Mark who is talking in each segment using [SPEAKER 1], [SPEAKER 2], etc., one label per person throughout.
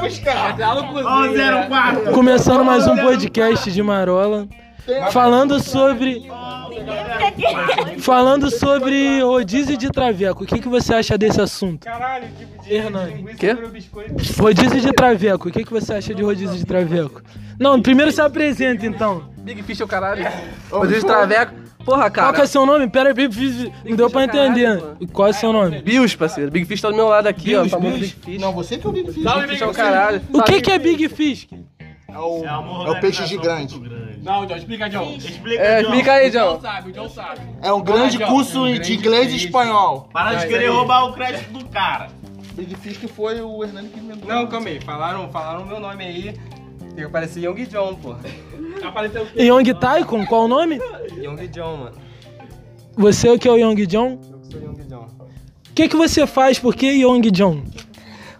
[SPEAKER 1] buscar.
[SPEAKER 2] Lá no
[SPEAKER 3] Ó,
[SPEAKER 2] cozinho, né?
[SPEAKER 3] 04.
[SPEAKER 4] Começando mais um
[SPEAKER 3] Ó,
[SPEAKER 4] podcast de Marola, falando sobre
[SPEAKER 3] 04.
[SPEAKER 4] falando sobre rodízio de traveco. O que, que você acha desse assunto?
[SPEAKER 1] Caralho, tipo de,
[SPEAKER 4] Hernani.
[SPEAKER 1] de linguiça
[SPEAKER 5] Quê?
[SPEAKER 1] virou biscoito.
[SPEAKER 4] Rodízio de traveco. O que, que você acha de rodízio de traveco? Não, primeiro se apresenta então.
[SPEAKER 5] Big Fish é o caralho. Rodrigo de Traveco. Porra,
[SPEAKER 4] Qual que é
[SPEAKER 5] cara.
[SPEAKER 4] seu nome? Pera, aí, não deu pra entender. Qual é seu nome?
[SPEAKER 5] Bios, parceiro. Big Fish tá do meu lado aqui, ó.
[SPEAKER 4] Bios,
[SPEAKER 5] Tá
[SPEAKER 4] Bios.
[SPEAKER 5] Big Fish.
[SPEAKER 6] Não, você que é o Big Fish.
[SPEAKER 2] Salve,
[SPEAKER 6] Big
[SPEAKER 2] Big
[SPEAKER 6] Fish é
[SPEAKER 5] o
[SPEAKER 6] o
[SPEAKER 2] Fish.
[SPEAKER 5] caralho.
[SPEAKER 4] O que, que é Big Fish?
[SPEAKER 6] É o,
[SPEAKER 3] É uma
[SPEAKER 6] é o peixe
[SPEAKER 3] organização
[SPEAKER 6] gigante.
[SPEAKER 3] muito grande.
[SPEAKER 2] Não, John, explica, John.
[SPEAKER 3] Explica,
[SPEAKER 5] É,
[SPEAKER 3] John.
[SPEAKER 5] explica aí,
[SPEAKER 2] John
[SPEAKER 5] John.
[SPEAKER 2] sabe, o John sabe.
[SPEAKER 6] É um grande
[SPEAKER 2] Caralho,
[SPEAKER 6] curso
[SPEAKER 2] é um grande
[SPEAKER 6] de inglês e
[SPEAKER 2] curso.
[SPEAKER 6] espanhol.
[SPEAKER 3] Para de
[SPEAKER 2] Vai,
[SPEAKER 3] querer
[SPEAKER 2] vai.
[SPEAKER 3] roubar o crédito do cara.
[SPEAKER 6] Big Fish que foi o Hernani que inventou.
[SPEAKER 1] Não, calma aí. Falaram, falaram meu nome aí.
[SPEAKER 5] Eu pareci Young John, porra.
[SPEAKER 1] Apareceu o quê?
[SPEAKER 4] Young Taikon? Qual o nome?
[SPEAKER 5] Young John, mano.
[SPEAKER 4] Você é o que é o Young John?
[SPEAKER 5] Eu sou Young John.
[SPEAKER 4] O que, que você faz? Por que Young John?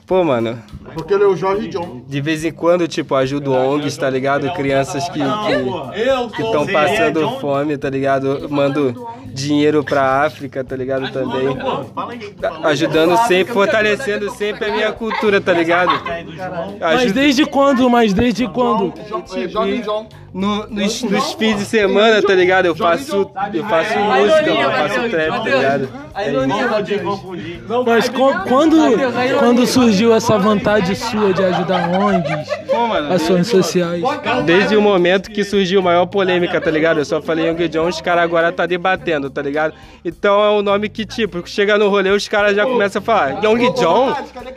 [SPEAKER 5] Pô, mano,
[SPEAKER 6] Porque ele é o Jorge John.
[SPEAKER 5] de vez em quando, tipo, ajudo ONGs, tá ligado? Crianças que, que,
[SPEAKER 3] porra.
[SPEAKER 1] Eu
[SPEAKER 5] que
[SPEAKER 1] sou
[SPEAKER 5] estão
[SPEAKER 3] Você é
[SPEAKER 5] passando
[SPEAKER 3] John?
[SPEAKER 5] fome, tá ligado? Mando dinheiro pra África, tá ligado? Também.
[SPEAKER 3] Pô, Fala aí. o que tu falou.
[SPEAKER 5] Ajudando sempre, fortalecendo sempre a minha cultura, tá ligado?
[SPEAKER 3] Aí do João.
[SPEAKER 4] Mas
[SPEAKER 5] Ajudo-
[SPEAKER 4] desde quando? Mas desde quando?
[SPEAKER 6] Jorge Jorge John.
[SPEAKER 5] No- nos, nos fins de semana, tá ligado? Eu faço, eu faço música, eu faço trap, tá ligado?
[SPEAKER 2] A ironia,
[SPEAKER 3] Confundi,
[SPEAKER 2] Matheus.
[SPEAKER 3] confundi.
[SPEAKER 4] Mas co- quando, quando surgiu essa vontade sua de ajudar ONGs,
[SPEAKER 5] Pô, mano,
[SPEAKER 4] ações sociais?
[SPEAKER 5] desde o momento que surgiu a maior polêmica, tá ligado? Eu só falei Young John, os caras agora tá debatendo, tá ligado? Então é um nome que, tipo, chega no rolê, os caras já começam a falar Young John?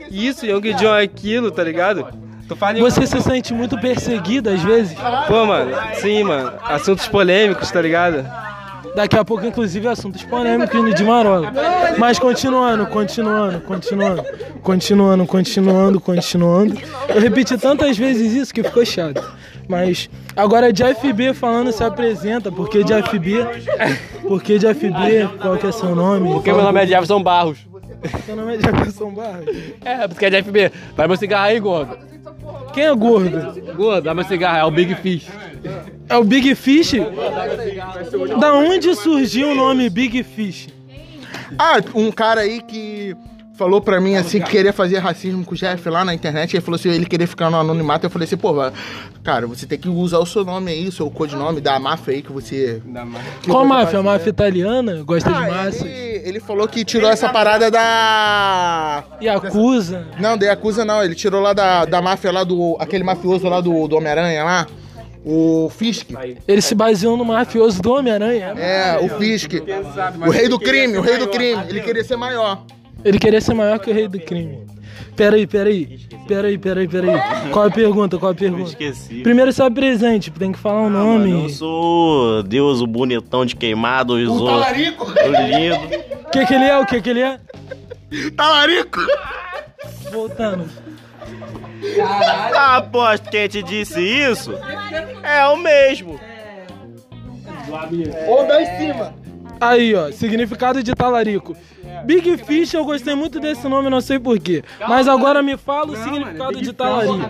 [SPEAKER 5] Isso, Young John é aquilo, tá ligado? Tu fala em-
[SPEAKER 4] Você se sente muito perseguido às vezes?
[SPEAKER 5] Pô, mano, sim, mano. Assuntos polêmicos, tá ligado?
[SPEAKER 4] Daqui a pouco, inclusive, assuntos polêmicos no de Marola. Mas continuando, continuando, continuando, continuando, continuando, continuando. Eu repeti tantas vezes isso que ficou chato. Mas agora de FB falando se apresenta, porque de FB. Porque de FB, qual que é seu nome?
[SPEAKER 7] Porque meu nome é Jefferson Barros.
[SPEAKER 4] Seu nome é Jefferson Barros.
[SPEAKER 7] É, porque é de FB. Vai meu cigarro aí, gordo.
[SPEAKER 4] Quem é gordo?
[SPEAKER 7] Gordo, dá meu cigarro, é o Big Fish.
[SPEAKER 4] É o Big Fish? Da onde surgiu o nome Big Fish?
[SPEAKER 6] Ah, um cara aí que falou pra mim assim que queria fazer racismo com o Jeff lá na internet. Ele falou assim, ele queria ficar no anonimato. Eu falei assim, pô, va- cara, você tem que usar o seu nome aí, o seu codinome da máfia aí que você.
[SPEAKER 4] Qual máfia? A máfia italiana? Gosta de
[SPEAKER 6] Ah,
[SPEAKER 4] massas?
[SPEAKER 6] ele, ele falou que tirou essa parada da.
[SPEAKER 4] E acusa?
[SPEAKER 6] Não, da acusa não. Ele tirou lá da, da máfia lá do. aquele mafioso lá do, do Homem-Aranha lá. O Fisk.
[SPEAKER 4] Ele se baseou no mafioso do Homem-Aranha.
[SPEAKER 6] É, o Fisk. O rei do crime, o rei do crime. Ele queria ser maior.
[SPEAKER 4] Ele queria ser maior que o rei do crime. Peraí, peraí. Peraí, peraí, peraí. Qual a pergunta? Qual a pergunta?
[SPEAKER 3] esqueci.
[SPEAKER 4] Primeiro se apresente, tem que falar o nome.
[SPEAKER 3] Ah, Eu sou Deus, o bonitão de queimado, eu
[SPEAKER 6] O
[SPEAKER 3] sou
[SPEAKER 6] talarico!
[SPEAKER 3] eu lindo.
[SPEAKER 4] O que, que ele é? O que, que ele é?
[SPEAKER 6] Talarico!
[SPEAKER 4] Voltando.
[SPEAKER 3] Aposto Ah, quem te disse isso é o mesmo.
[SPEAKER 6] É. Ou da em cima.
[SPEAKER 4] Aí, ó, significado de talarico. Big Fish, eu gostei muito desse nome, não sei porquê. Mas agora me fala o significado de talarico.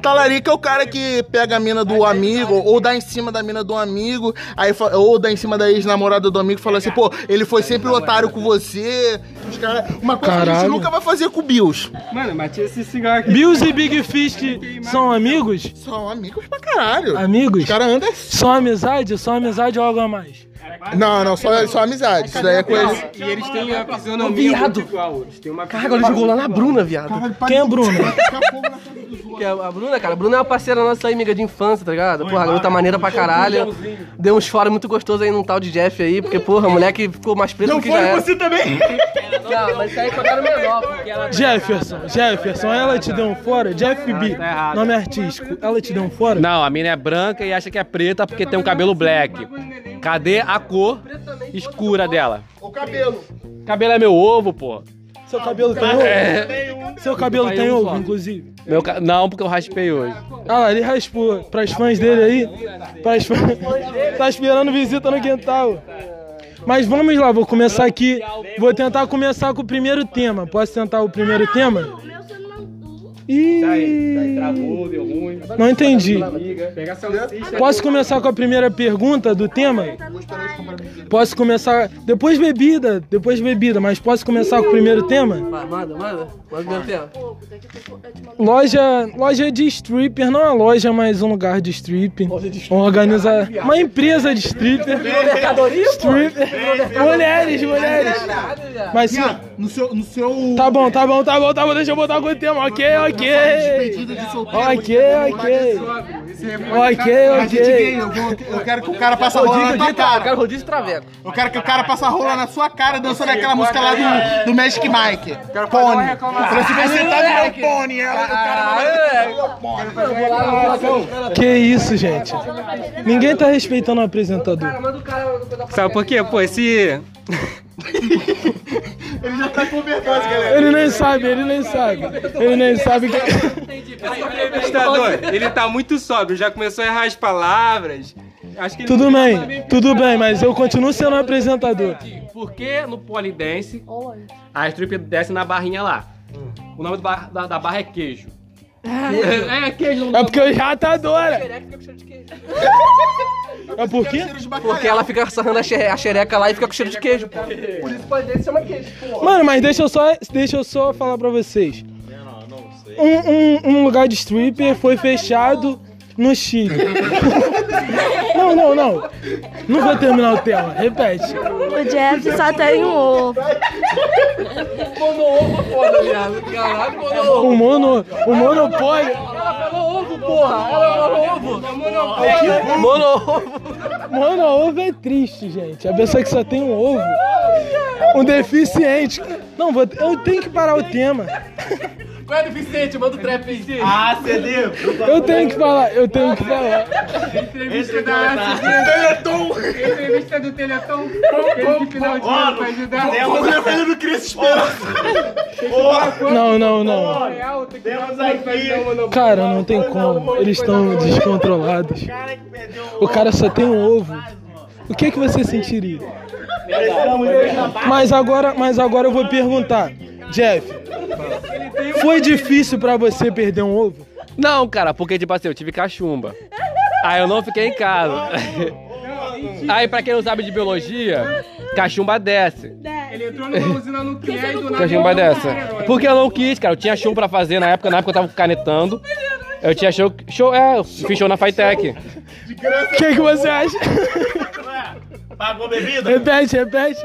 [SPEAKER 6] Talarico é o cara que pega a mina do amigo, ou dá em cima da mina do amigo, aí, fa- ou dá em cima da ex-namorada do amigo e fala assim, pô, ele foi sempre otário com você. Os cara- Uma coisa que a gente
[SPEAKER 4] Caralho.
[SPEAKER 6] nunca vai fazer com o Bills.
[SPEAKER 5] Mano, mas tinha esse cigarro aqui.
[SPEAKER 4] Bills e Big Fish que são amigos?
[SPEAKER 6] São amigos pra caralho.
[SPEAKER 4] Amigos?
[SPEAKER 6] Os caras andam.
[SPEAKER 4] São amizade? São amizade ou algo a mais?
[SPEAKER 6] assim. Não, não, só, só amizade. Isso daí é coisa.
[SPEAKER 2] E eles têm a fisionomia muito igual. Eles têm uma
[SPEAKER 5] Caralho, ele jogou lá na Bruna, viado.
[SPEAKER 4] Quem é Bruno?
[SPEAKER 5] Que a a Bruna, cara, a Bruna é uma parceira nossa aí, amiga de infância, tá ligado? Porra, a garota maneira pra caralho. Deu uns fora muito gostoso aí num tal de Jeff aí, porque, porra, o moleque ficou mais preto do que já era.
[SPEAKER 3] também.
[SPEAKER 5] Não, mas isso aí é quando era menor, porque ela...
[SPEAKER 4] Jefferson, Jefferson, ela te deu um fora? Jeff B, nome artístico, ela te deu um fora?
[SPEAKER 7] Não, a mina é branca e acha que é preta porque tem um cabelo black.
[SPEAKER 5] é
[SPEAKER 7] Cadê a cor escura dela?
[SPEAKER 6] O cabelo.
[SPEAKER 7] Cabelo é meu ovo, pô.
[SPEAKER 4] Seu cabelo tem ovo? Seu cabelo tem ovo, inclusive.
[SPEAKER 7] Meu ca- Não, porque eu raspei hoje.
[SPEAKER 4] Ah lá, ele raspou. Pras fãs dele aí, pras fãs... tá esperando visita no quintal. Mas vamos lá, vou começar aqui. Vou tentar começar com o primeiro tema. Posso tentar o primeiro tema?
[SPEAKER 8] Meu, você não.
[SPEAKER 4] Ih,
[SPEAKER 2] Daí, daí travou, deu ruim.
[SPEAKER 4] não entendi.
[SPEAKER 2] Pega a salsicha.
[SPEAKER 4] Posso começar com a primeira pergunta do tema?
[SPEAKER 8] tá
[SPEAKER 4] Posso começar. Depois bebida, depois bebida, mas posso começar com o primeiro tema?
[SPEAKER 5] Ah,
[SPEAKER 7] Manda, manda. Manda o tema.
[SPEAKER 4] Loja, loja de stripper, não a loja, mas um lugar de stripper.
[SPEAKER 6] Ah,
[SPEAKER 4] Organiza uma empresa de stripper. stripper. Mulheres, mulheres. Mas sim.
[SPEAKER 6] No seu. No seu...
[SPEAKER 4] Tá bom, tá bom, tá bom, tá bom, deixa eu botar com o tema. Ok, ok.
[SPEAKER 6] Despedida de é solteiro.
[SPEAKER 4] Ok, ok. Ok,
[SPEAKER 6] A gente
[SPEAKER 4] ok.
[SPEAKER 6] vem, eu, vou- eu quero que o cara passe a rola na tua
[SPEAKER 7] Eu
[SPEAKER 6] cara.
[SPEAKER 7] quero rodízio e traveco.
[SPEAKER 6] Eu quero que o cara passe a rola na sua cara dançando aquela música lá do, do Magic Mike. Pony. Falei assim, você tá no meu pony. Ela, o cara pony.
[SPEAKER 4] Que isso, gente. Ninguém tá respeitando o apresentador.
[SPEAKER 9] Sabe por quê? Pô, esse.
[SPEAKER 6] tá
[SPEAKER 4] Ele nem sabe, ele nem sabe. Ele nem sabe que.
[SPEAKER 9] Entrevistador, ele tá muito sóbrio, já começou a errar as palavras. Acho que ele
[SPEAKER 4] Tudo bem, tudo bem, mas eu continuo sendo um apresentador.
[SPEAKER 5] Por que no polidense a strip desce na barrinha lá? O nome do bar- da, da barra é queijo. É, é queijo.
[SPEAKER 4] É porque os ratos adoram. né? É por quê?
[SPEAKER 7] Porque ela fica sarrando a, xere- a xereca lá e fica com cheiro de queijo, pô.
[SPEAKER 4] Mano, mas deixa eu só, deixa eu só falar pra vocês. Um, um- um lugar de stripper foi fechado no Chile. Não, não, não. Não vou terminar o tema. Repete.
[SPEAKER 10] O Jeff só tem um ovo.
[SPEAKER 7] Caralho, mano.
[SPEAKER 4] O mono, o monopólio,
[SPEAKER 7] É
[SPEAKER 4] É mono ovo é triste, gente. A pessoa que só tem um ovo, um deficiente. Não, vou, eu tenho que parar o tema.
[SPEAKER 7] Qual é o Vicente? Manda o trap aí.
[SPEAKER 2] Ah, CD.
[SPEAKER 4] Eu tenho que falar, eu tenho que falar.
[SPEAKER 2] Entrevista da Teleton. Entrevista do Teleton. Teve que
[SPEAKER 7] tá
[SPEAKER 2] final de ano pra ajudar.
[SPEAKER 4] Não, não, não.
[SPEAKER 2] Real, tem que fazer uma no-
[SPEAKER 4] Cara, não tem como. Eles estão descontrolados. O cara só tem um ovo. O que é que você sentiria?
[SPEAKER 2] tá
[SPEAKER 4] Mas agora, mas agora eu vou perguntar, Jeff. Foi difícil pra você perder um ovo?
[SPEAKER 5] Não, cara, porque tipo assim, eu tive cachumba. Aí eu não fiquei em casa. Aí, pra quem não sabe de biologia, cachumba desce.
[SPEAKER 2] Ele entrou numa usina nuclear e do nada.
[SPEAKER 5] Cachumba
[SPEAKER 2] ele-
[SPEAKER 5] dessa. Porque eu não quis, cara. Eu tinha show pra fazer na época, na época eu tava canetando. Eu tinha show. Show, é, eu fiz show na Fitec.
[SPEAKER 4] O que, é que você acha?
[SPEAKER 3] Pagou bebida?
[SPEAKER 4] Repete, repete.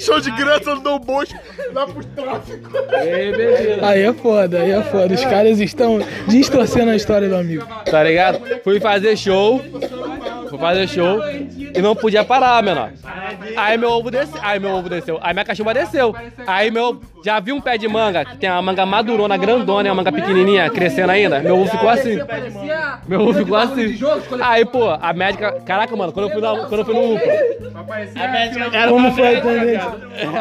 [SPEAKER 6] Show de graça no Dom Bosco. Lá pro tráfico.
[SPEAKER 4] Aí é foda, aí é foda. Os caras estão distorcendo a história do amigo.
[SPEAKER 5] Tá ligado? Fui fazer show. Fui fazer show. E não podia parar, menor. Aí meu ovo desceu. Aí meu ovo desceu. Aí minha cachumba desceu. Aí meu. Já vi um pé de manga? que Tem uma manga madurona, grandona, e uma manga pequenininha, crescendo ainda. Meu ovo ficou assim. Meu ovo ficou assim. Aí, pô, a médica. Caraca, mano, quando eu fui, na, quando eu fui no UPA.
[SPEAKER 4] Como foi, atendente?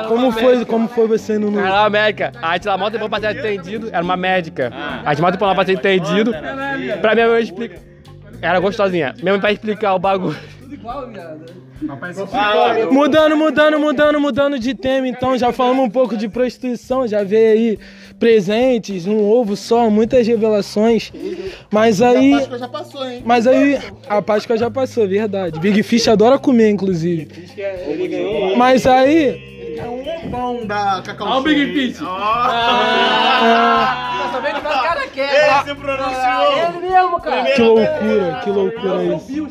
[SPEAKER 4] Como foi, como foi você indo no.
[SPEAKER 5] Era uma médica. A gente lá mal tempo pra ser atendido. Era uma médica. A gente mal tempo lá pra ser atendido. Pra minha mãe explicar. Era gostosinha. Minha mãe pra explicar o bagulho.
[SPEAKER 4] Mudando, mudando, mudando, mudando de tema, então já falamos um pouco de prostituição, já veio aí presentes, um ovo só, muitas revelações. Mas aí.
[SPEAKER 6] Acho que já passou, hein?
[SPEAKER 4] Mas aí, a Páscoa já passou, verdade. Big Fish adora comer, inclusive. Mas aí.
[SPEAKER 6] Bom da Cacau Show.
[SPEAKER 4] ah,
[SPEAKER 7] Tá sabendo que é o cara quer.
[SPEAKER 3] Você pronunciou!
[SPEAKER 7] Ele mesmo, cara.
[SPEAKER 4] Que loucura, que loucura isso.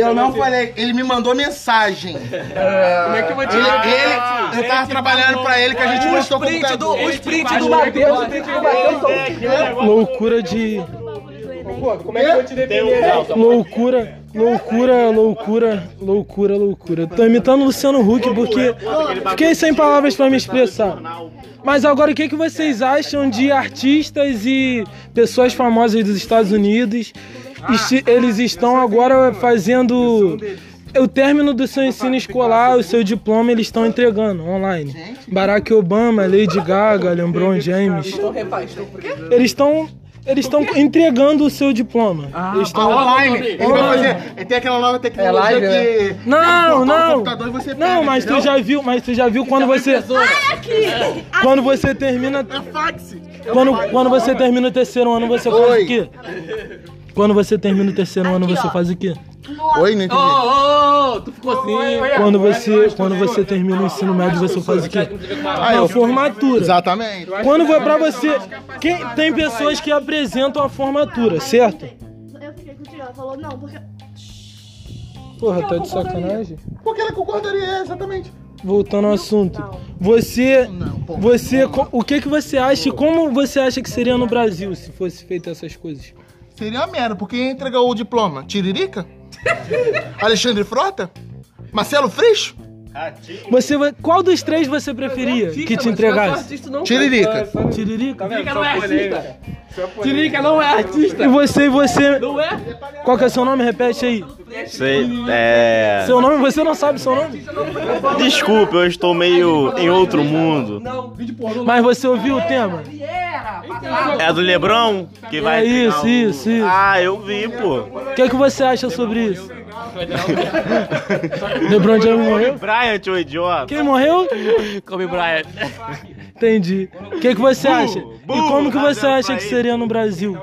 [SPEAKER 6] Eu não falei. Ele me mandou mensagem.
[SPEAKER 7] Como é que eu vou
[SPEAKER 6] Ele, ele- eu tava trabalhando pra ele Ah, que a gente postou o
[SPEAKER 7] Print do,
[SPEAKER 6] computador.
[SPEAKER 7] é o sprint do Matheus, o sprint do Matheus.
[SPEAKER 4] Loucura de. um
[SPEAKER 2] Como é que eu vou te defender?
[SPEAKER 4] Loucura, loucura, loucura, loucura, loucura. Tô imitando o Luciano Huck porque fiquei sem palavras pra me expressar. Mas agora o que, que vocês acham de artistas e pessoas famosas dos Estados Unidos? Esti- Eles estão agora fazendo o término do seu ensino escolar, o seu diploma, eles estão entregando online. Barack Obama, Lady Gaga, LeBron James. Eles estão eles estão entregando o seu diploma.
[SPEAKER 6] Ah.
[SPEAKER 4] Eles estão
[SPEAKER 6] Online. Ele vai fazer. Ele tem aquela nova tecnologia
[SPEAKER 7] live,
[SPEAKER 6] que.
[SPEAKER 4] não,
[SPEAKER 6] Você bota o
[SPEAKER 4] não.
[SPEAKER 6] tá computador e você pega,
[SPEAKER 4] né? Não, mas tu
[SPEAKER 6] entendeu?
[SPEAKER 4] já viu, mas tu já viu quando você
[SPEAKER 10] Olha aqui!
[SPEAKER 4] quando você termina
[SPEAKER 6] É fax.
[SPEAKER 4] Quando, quando você termina o terceiro ano, você faz
[SPEAKER 6] Oi.
[SPEAKER 4] o quê? Quando você termina o terceiro ano, você faz o quê?
[SPEAKER 6] Oi, não entendi.
[SPEAKER 5] Ô, ô, tu ficou assim.
[SPEAKER 4] Quando você, quando você termina o ensino médio, você faz o quê? Uma formatura.
[SPEAKER 6] Exatamente.
[SPEAKER 4] Quando vai pra você. Quem, tem pessoas que apresentam a formatura, certo?
[SPEAKER 10] Eu fiquei com o Tirão, falou, não, porque...
[SPEAKER 4] Porra, tá de sacanagem?
[SPEAKER 6] Porque ela concordaria, é, exatamente.
[SPEAKER 4] Voltando ao assunto. Você.
[SPEAKER 6] pô.
[SPEAKER 4] Você. co- O que que você acha? Como você acha que seria no Brasil se fosse feito essas coisas?
[SPEAKER 6] Seria uma merda, porque ia entregar o diploma. Tiririca? Alexandre Frota? Marcelo Freixo?
[SPEAKER 3] Ratinho.
[SPEAKER 4] Você, vai- qual dos três você preferia que te entregasse?
[SPEAKER 5] Artista não
[SPEAKER 6] Tiririca.
[SPEAKER 4] Tiririca?
[SPEAKER 5] Tiririca não é artista. Tiririca não é artista.
[SPEAKER 4] E você e você.
[SPEAKER 5] Não é?
[SPEAKER 4] Qual que é seu nome? Repete aí.
[SPEAKER 11] Sei, é...
[SPEAKER 4] Seu nome, você não sabe seu nome?
[SPEAKER 11] Desculpa, eu estou meio em outro mundo.
[SPEAKER 4] Mas você ouviu o tema?
[SPEAKER 11] É do Lebrão? Que vai
[SPEAKER 4] É isso,
[SPEAKER 11] entregar o-
[SPEAKER 4] isso, isso.
[SPEAKER 11] Ah, eu vi, pô.
[SPEAKER 4] O que, que você acha sobre isso? LeBron James morreu?
[SPEAKER 11] Bryant, o idiota.
[SPEAKER 4] Quem morreu?
[SPEAKER 5] Kobe Bryant.
[SPEAKER 4] Entendi. O que, que você acha? E
[SPEAKER 11] burro,
[SPEAKER 4] como que você
[SPEAKER 11] razão
[SPEAKER 4] acha
[SPEAKER 11] pra
[SPEAKER 4] que
[SPEAKER 11] ele.
[SPEAKER 4] seria no Brasil?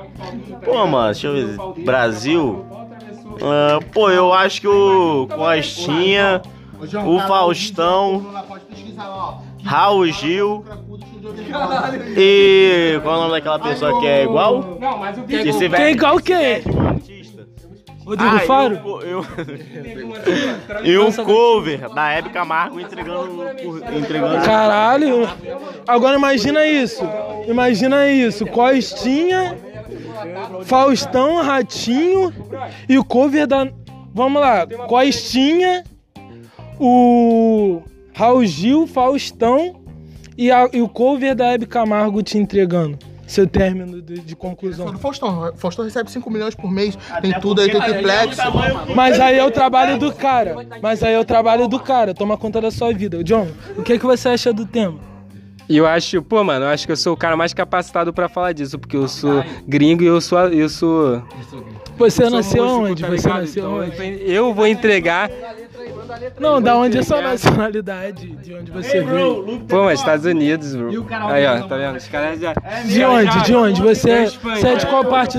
[SPEAKER 11] Pô, mano, deixa eu ver. Brasil? Ah, pô, eu acho que o Costinha, o Faustão, Raul Gil e. Qual é o nome daquela pessoa que é igual?
[SPEAKER 2] Não, mas o
[SPEAKER 11] Que se
[SPEAKER 4] Quem
[SPEAKER 11] veste
[SPEAKER 4] é igual quem?
[SPEAKER 11] como artista. Ah,
[SPEAKER 4] Rodrigo
[SPEAKER 11] e o
[SPEAKER 4] Faro?
[SPEAKER 11] co- eu- E o cover da Hebe Camargo entregando. entregando...
[SPEAKER 4] Caralho! Agora imagina isso. Imagina isso. Costinha, Faustão, Ratinho e o cover da. Vamos lá. Costinha, o Raul Gil, Faustão e, a- e o cover da Hebe Camargo te entregando. Seu término de, de conclusão.
[SPEAKER 6] Quando Faustão, Faustão recebe 5 milhões por mês, tem tudo aí, tem triplex.
[SPEAKER 4] Mas aí é o trabalho do cara. Mas aí é o trabalho do cara. Toma conta da sua vida. John, o que, que você acha do tema?
[SPEAKER 5] E eu acho, pô, mano, eu acho que eu sou o cara mais capacitado pra falar disso, porque eu sou gringo e eu sou. Eu, sou,
[SPEAKER 4] Você
[SPEAKER 5] sou
[SPEAKER 4] nasceu
[SPEAKER 5] músico,
[SPEAKER 4] onde?
[SPEAKER 5] tá
[SPEAKER 4] Você
[SPEAKER 5] ligado?
[SPEAKER 4] nasceu
[SPEAKER 5] Então,
[SPEAKER 4] onde?
[SPEAKER 5] Eu vou entregar.
[SPEAKER 4] Não, da onde é sua
[SPEAKER 5] né?
[SPEAKER 4] nacionalidade? De onde você veio?
[SPEAKER 5] Pô, mas Estados Unidos, bro. Aí, ó, tá vendo? Os caras já.
[SPEAKER 4] De onde? De onde? Você é,
[SPEAKER 5] Espanha.
[SPEAKER 4] você é de qual parte?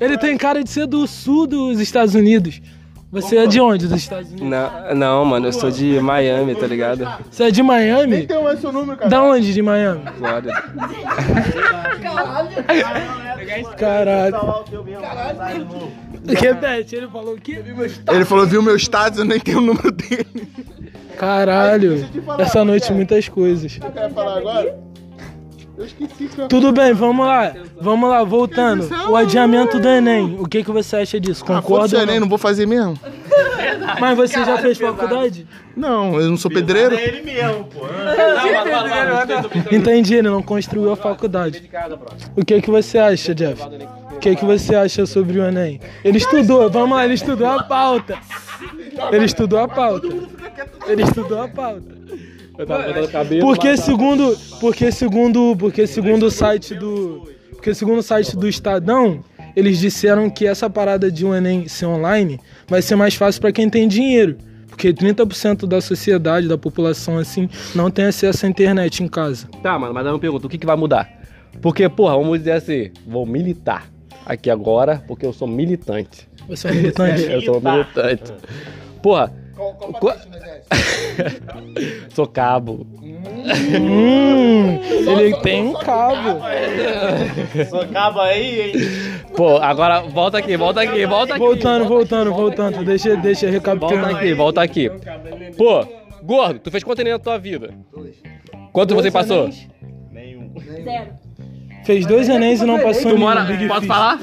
[SPEAKER 4] Ele tem cara de ser do sul dos Estados Unidos. Você é de onde dos Estados Unidos?
[SPEAKER 5] Não, não, mano, eu sou de Miami, tá ligado?
[SPEAKER 4] Você é de Miami?
[SPEAKER 6] Tem mais seu número, cara.
[SPEAKER 4] Da onde de Miami?
[SPEAKER 5] Flórida.
[SPEAKER 4] Caralho. Repete, ele falou o quê?
[SPEAKER 6] Ele falou, viu meu status, eu nem tenho o número dele.
[SPEAKER 4] Caralho. Essa noite muitas coisas.
[SPEAKER 6] Quer falar agora? Eu esqueci que eu...
[SPEAKER 4] Tudo bem, vamos lá. Vamos lá, voltando. O adiamento do Enem. O que, que você acha disso?
[SPEAKER 6] é um- Ah, foda-se,
[SPEAKER 4] Concorda? ou
[SPEAKER 6] eu nem, não vou fazer mesmo.
[SPEAKER 4] não? Mas você já fez faculdade?
[SPEAKER 6] Não, eu não sou pedreiro.
[SPEAKER 3] É ele mesmo, pô.
[SPEAKER 4] Entendi, ele não construiu a faculdade. O que que você acha, Jeff? O que que você acha sobre o Enem? Ele estudou, vamos lá, ele estudou a pauta. Ele estudou a pauta. Ele estudou a pauta. Porque segundo, porque segundo, porque segundo o site do, porque segundo o site do Estadão, eles disseram que essa parada de um Enem ser online vai ser mais fácil para quem tem dinheiro. Porque 30% da sociedade, da população assim, não tem acesso à internet em casa.
[SPEAKER 5] Tá, mano, mas aí eu me pergunto, o que, que vai mudar? Porque, porra, vamos dizer assim, vou militar aqui agora, porque eu sou militante.
[SPEAKER 4] Você é um militante?
[SPEAKER 5] Eu sou militante. Porra. qua- sou cabo.
[SPEAKER 4] Hum, ele tem um cabo.
[SPEAKER 3] Socava aí, hein?
[SPEAKER 5] Pô, agora volta aqui, volta aqui, volta aqui.
[SPEAKER 4] Voltando, voltando, voltando. Deixa, deixa
[SPEAKER 5] Volta
[SPEAKER 4] recapitulando.
[SPEAKER 5] aqui, volta aqui. Pô, gordo, tu fez quanto Enem na tua vida? Quanto você passou?
[SPEAKER 4] Fez dois Enems e não passou
[SPEAKER 5] Tu
[SPEAKER 4] nenhum.
[SPEAKER 5] mora.
[SPEAKER 4] Big
[SPEAKER 5] Posso
[SPEAKER 4] Fish.
[SPEAKER 5] falar?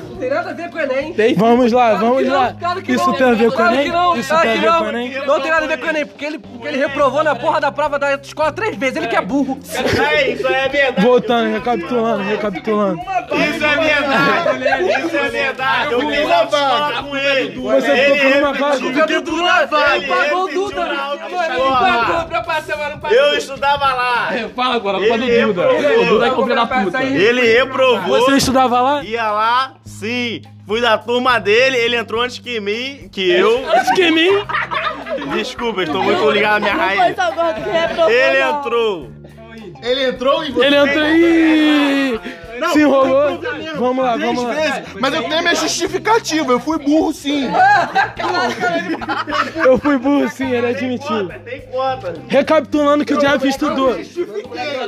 [SPEAKER 4] Vamos lá, vamos
[SPEAKER 7] Não,
[SPEAKER 4] lá.
[SPEAKER 7] claro que
[SPEAKER 4] Então, Isso
[SPEAKER 7] não,
[SPEAKER 4] tem a ver com o
[SPEAKER 7] claro que
[SPEAKER 4] Enem?
[SPEAKER 7] não,
[SPEAKER 4] Isso
[SPEAKER 7] claro
[SPEAKER 4] tem a
[SPEAKER 7] que
[SPEAKER 4] ver
[SPEAKER 7] não.
[SPEAKER 4] com o Enem?
[SPEAKER 7] Não tem nada a ver com o Enem, porque ele, porque ele reprovou na porra da prova da escola três vezes, ele que é burro.
[SPEAKER 3] É, isso é verdade.
[SPEAKER 4] Voltando, recapitulando, recapitulando.
[SPEAKER 3] Isso é verdade. Isso é verdade. Eu fiz a escola com ele.
[SPEAKER 4] Você
[SPEAKER 3] ele
[SPEAKER 4] ficou por uma
[SPEAKER 3] repetiu.
[SPEAKER 4] vaga.
[SPEAKER 7] Fica do Duda, ele é pagou o
[SPEAKER 3] repetiu
[SPEAKER 7] Duda.
[SPEAKER 3] na aula de
[SPEAKER 7] Mano, ele
[SPEAKER 3] escola.
[SPEAKER 7] pagou pra passar, mano, pagou.
[SPEAKER 3] Eu estudava lá.
[SPEAKER 5] Fala agora,
[SPEAKER 3] Ele
[SPEAKER 5] fala do Duda.
[SPEAKER 3] reprovou.
[SPEAKER 5] O Duda é que é um filho da puta.
[SPEAKER 3] Ele reprovou.
[SPEAKER 4] Você estudava lá?
[SPEAKER 3] Ia lá, sim. Fui da turma dele, ele entrou antes que mim, que eu.
[SPEAKER 4] Que mim?
[SPEAKER 3] Desculpa, estou muito ligado à minha
[SPEAKER 10] Não foi
[SPEAKER 3] raiz.
[SPEAKER 10] só o gordo que reprovou,
[SPEAKER 3] Ele
[SPEAKER 10] não.
[SPEAKER 3] entrou
[SPEAKER 6] Ele entrou e você.
[SPEAKER 4] Ele entrou e... Se enrolou. Vamos lá, vamos lá.
[SPEAKER 6] Mas eu tenho minha justificativa, eu fui burro sim.
[SPEAKER 4] Eu fui burro, sim, ele admitiu.
[SPEAKER 3] Tem cota.
[SPEAKER 4] Recapitulando o que o Jeff estudou.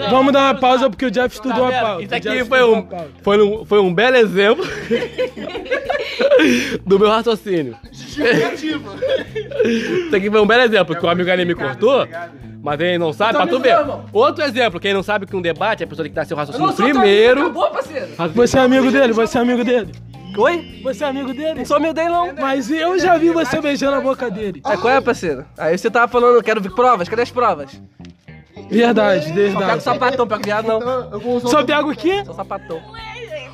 [SPEAKER 4] Vamos dar uma pausa porque o Jeff estudou a pauta.
[SPEAKER 5] Isso
[SPEAKER 4] O Jeff
[SPEAKER 5] aqui foi
[SPEAKER 4] estudou a
[SPEAKER 5] um,
[SPEAKER 4] pauta.
[SPEAKER 5] foi um, foi um belo exemplo do meu raciocínio. Isso aqui foi um belo exemplo, que o amigo ali me cortou, mas ele não sabe, pra tu ver. Outro exemplo, quem não sabe que um debate é a pessoa que dá seu raciocínio primeiro.
[SPEAKER 7] Acabou, parceiro.
[SPEAKER 4] Você é amigo dele? Você é amigo dele?
[SPEAKER 7] Oi?
[SPEAKER 4] Você é amigo dele?
[SPEAKER 7] Sou meu dele, não.
[SPEAKER 4] Mas eu já vi você beijando a boca dele.
[SPEAKER 7] Aí qual é, parceiro? Aí você tava falando, eu quero ver provas. Cadê as provas?
[SPEAKER 4] Verdade,
[SPEAKER 7] Só pega o
[SPEAKER 4] verdade.
[SPEAKER 7] sapatão, pega o viado, não.
[SPEAKER 6] Então, Eu vou usar
[SPEAKER 4] Só pega o quê?
[SPEAKER 7] Só o sapatão.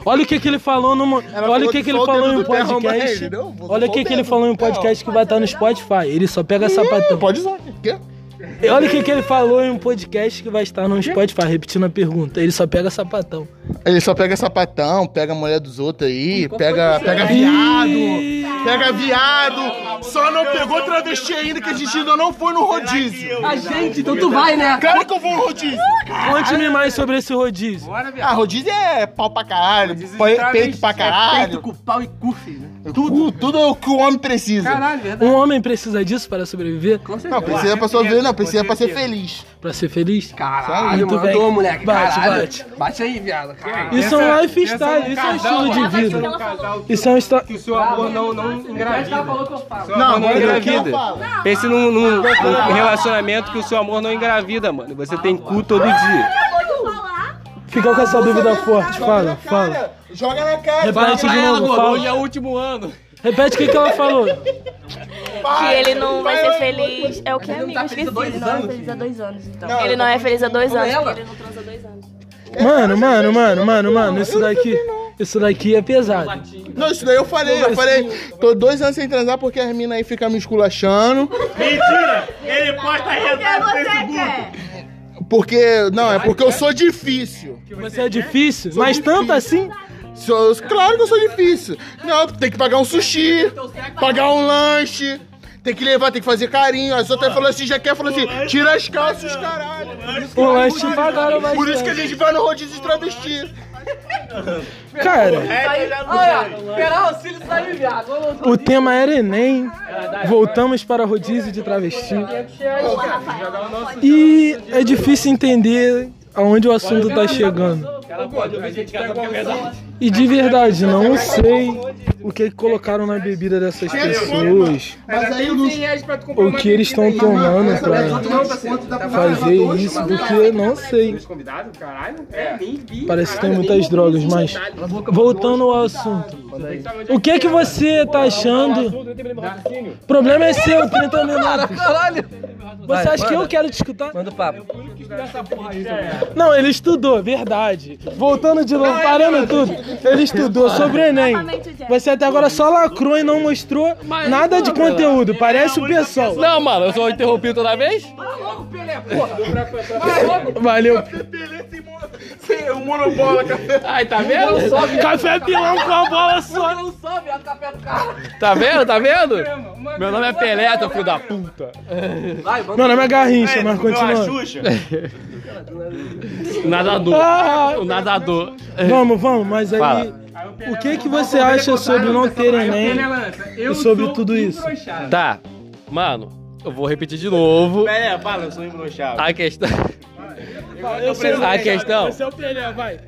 [SPEAKER 4] Olha o que, que ele falou numa. Olha o que, que ele
[SPEAKER 6] só o
[SPEAKER 4] falou
[SPEAKER 6] dedo
[SPEAKER 4] em um
[SPEAKER 6] do pé, arromba ele,
[SPEAKER 4] podcast.
[SPEAKER 6] entendeu? Vou
[SPEAKER 4] Olha o
[SPEAKER 6] só o
[SPEAKER 4] que, que ele
[SPEAKER 6] dedo.
[SPEAKER 4] falou em um podcast que vai estar no Spotify. Ele só pega sapatão.
[SPEAKER 6] Pode usar. Quê?
[SPEAKER 4] E Olha o que, que ele falou em um podcast que vai estar no Spotify, repetindo a pergunta. Ele só pega sapatão.
[SPEAKER 6] Ele só pega sapatão, pega a mulher dos outros aí, pega, pega viado, pega viado. Só não pegou travesti ainda, que a gente ainda não foi no rodízio.
[SPEAKER 7] A gente, então tu vai, né?
[SPEAKER 6] Claro que eu vou no rodízio.
[SPEAKER 4] Conte-me mais sobre esse rodízio.
[SPEAKER 6] Ah, rodízio é pau pra caralho,
[SPEAKER 2] é
[SPEAKER 6] pe-
[SPEAKER 2] travesti,
[SPEAKER 6] peito pra
[SPEAKER 7] É peito
[SPEAKER 6] caralho.
[SPEAKER 7] com pau e cu, filho.
[SPEAKER 6] Tudo, tudo é o que o homem precisa.
[SPEAKER 7] Caralho, verdade.
[SPEAKER 4] Um homem precisa disso para sobreviver,
[SPEAKER 7] Com certeza.
[SPEAKER 6] Não, precisa pra só ver, não, precisa pra ser feliz.
[SPEAKER 4] para ser feliz?
[SPEAKER 7] Caralho,
[SPEAKER 4] Muito
[SPEAKER 7] mandou,
[SPEAKER 4] bem.
[SPEAKER 7] moleque.
[SPEAKER 4] Bate,
[SPEAKER 7] caralho.
[SPEAKER 4] bate.
[SPEAKER 7] Bate aí, viado. Caralho.
[SPEAKER 4] Isso é um lifestyle, isso é um estilo de vida. Isso é um estilo.
[SPEAKER 2] Que o seu amor não, não engravida.
[SPEAKER 7] falou que eu falo.
[SPEAKER 9] Não, não engravida.
[SPEAKER 6] fala.
[SPEAKER 9] Pense num, num- num relacionamento que o seu amor não engravida, mano. Você tem cu todo dia.
[SPEAKER 4] Ficou com essa dúvida forte. Fala, fala.
[SPEAKER 6] Joga na cara.
[SPEAKER 4] Repete de novo,
[SPEAKER 5] Hoje é
[SPEAKER 4] fala.
[SPEAKER 5] o último ano.
[SPEAKER 4] Repete o que, que ela falou.
[SPEAKER 10] Que ele não vai ser feliz. É o que,
[SPEAKER 7] não
[SPEAKER 10] amigo?
[SPEAKER 7] tá
[SPEAKER 10] Eu
[SPEAKER 7] feliz há
[SPEAKER 10] esqueci.
[SPEAKER 7] dois
[SPEAKER 10] Ele não é
[SPEAKER 7] anos,
[SPEAKER 10] feliz há dois anos, então.
[SPEAKER 6] Não,
[SPEAKER 10] Ele
[SPEAKER 6] eu
[SPEAKER 10] não é feliz há dois anos,
[SPEAKER 7] ela.
[SPEAKER 10] porque ele não transa há dois anos.
[SPEAKER 4] Mano, mano, mano, mano, mano. Isso daqui. Isso daqui é pesado.
[SPEAKER 6] Não, isso daí eu falei, eu falei. Tô dois anos sem transar porque as minas aí ficam me esculachando.
[SPEAKER 3] Mentira! Ele posta arredado no
[SPEAKER 10] você
[SPEAKER 3] Facebook.
[SPEAKER 10] quer?
[SPEAKER 6] Porque. Não, é porque eu sou difícil.
[SPEAKER 4] Você é difícil, mas tanto assim.
[SPEAKER 6] Sou, claro que eu sou difícil. Não, tem que pagar um sushi, pagar um lanche, tem que levar, tem que fazer carinho. As outras falam assim, já quer, falou assim, tira as calças, os caralho.
[SPEAKER 4] O lanche é pagaram mais.
[SPEAKER 6] Por isso que a gente vai no rodízio de travesti.
[SPEAKER 4] Cara,
[SPEAKER 3] É, eu já não sei.
[SPEAKER 7] Olha, Peral, auxílio saiu, viado. Vamos
[SPEAKER 4] o tema era Enem.
[SPEAKER 3] É,
[SPEAKER 4] Voltamos para rodízio de travesti. E é difícil entender aonde o assunto tá chegando. E de verdade, não sei o que colocaram na bebida dessas pessoas,
[SPEAKER 6] Mas aí não
[SPEAKER 4] ou o que eles estão tomando pra fazer isso, porque não sei.
[SPEAKER 2] Convidado, caralho. É.
[SPEAKER 4] Parece que tem muitas drogas, mas voltando ao assunto. O que que você tá achando? O problema é seu, 30 minutos.
[SPEAKER 7] Caralho.
[SPEAKER 4] Você acha que eu quero te escutar?
[SPEAKER 7] Manda o papo.
[SPEAKER 4] Não, ele estudou, verdade. Voltando de novo, parando tudo. Ele estudou sobre o Enem. Você até agora só lacrou e não mostrou nada de conteúdo. Parece o pessoal.
[SPEAKER 5] Não, mano, eu sou interrompido toda vez?
[SPEAKER 4] Valeu.
[SPEAKER 6] o monobola, cara.
[SPEAKER 5] Ai, tá vendo?
[SPEAKER 4] Café é pilão com a bola só.
[SPEAKER 7] Não sobe, viado, café do cara.
[SPEAKER 5] Tá vendo? Tá vendo? Meu nome é Pelé, teu filho da puta.
[SPEAKER 7] Vai, manda.
[SPEAKER 4] Meu nome é Garrincha,
[SPEAKER 3] Ele
[SPEAKER 4] mas
[SPEAKER 3] comeu a
[SPEAKER 4] continua.
[SPEAKER 3] Xuxa?
[SPEAKER 5] Nadador.
[SPEAKER 4] Ah,
[SPEAKER 5] O nadador.
[SPEAKER 4] vamos, vamos, mas aí.
[SPEAKER 5] Fala.
[SPEAKER 4] O que que você acha sobre não ter Enem?
[SPEAKER 2] Eu
[SPEAKER 4] sobre
[SPEAKER 2] sou
[SPEAKER 4] tudo isso.
[SPEAKER 2] embroxado.
[SPEAKER 5] Tá, mano, eu vou repetir de novo.
[SPEAKER 3] É, fala, eu
[SPEAKER 5] um
[SPEAKER 3] sou embroxável.
[SPEAKER 5] A questão.
[SPEAKER 4] Eu sei
[SPEAKER 5] A questão.
[SPEAKER 4] Você é o Pelé, vai.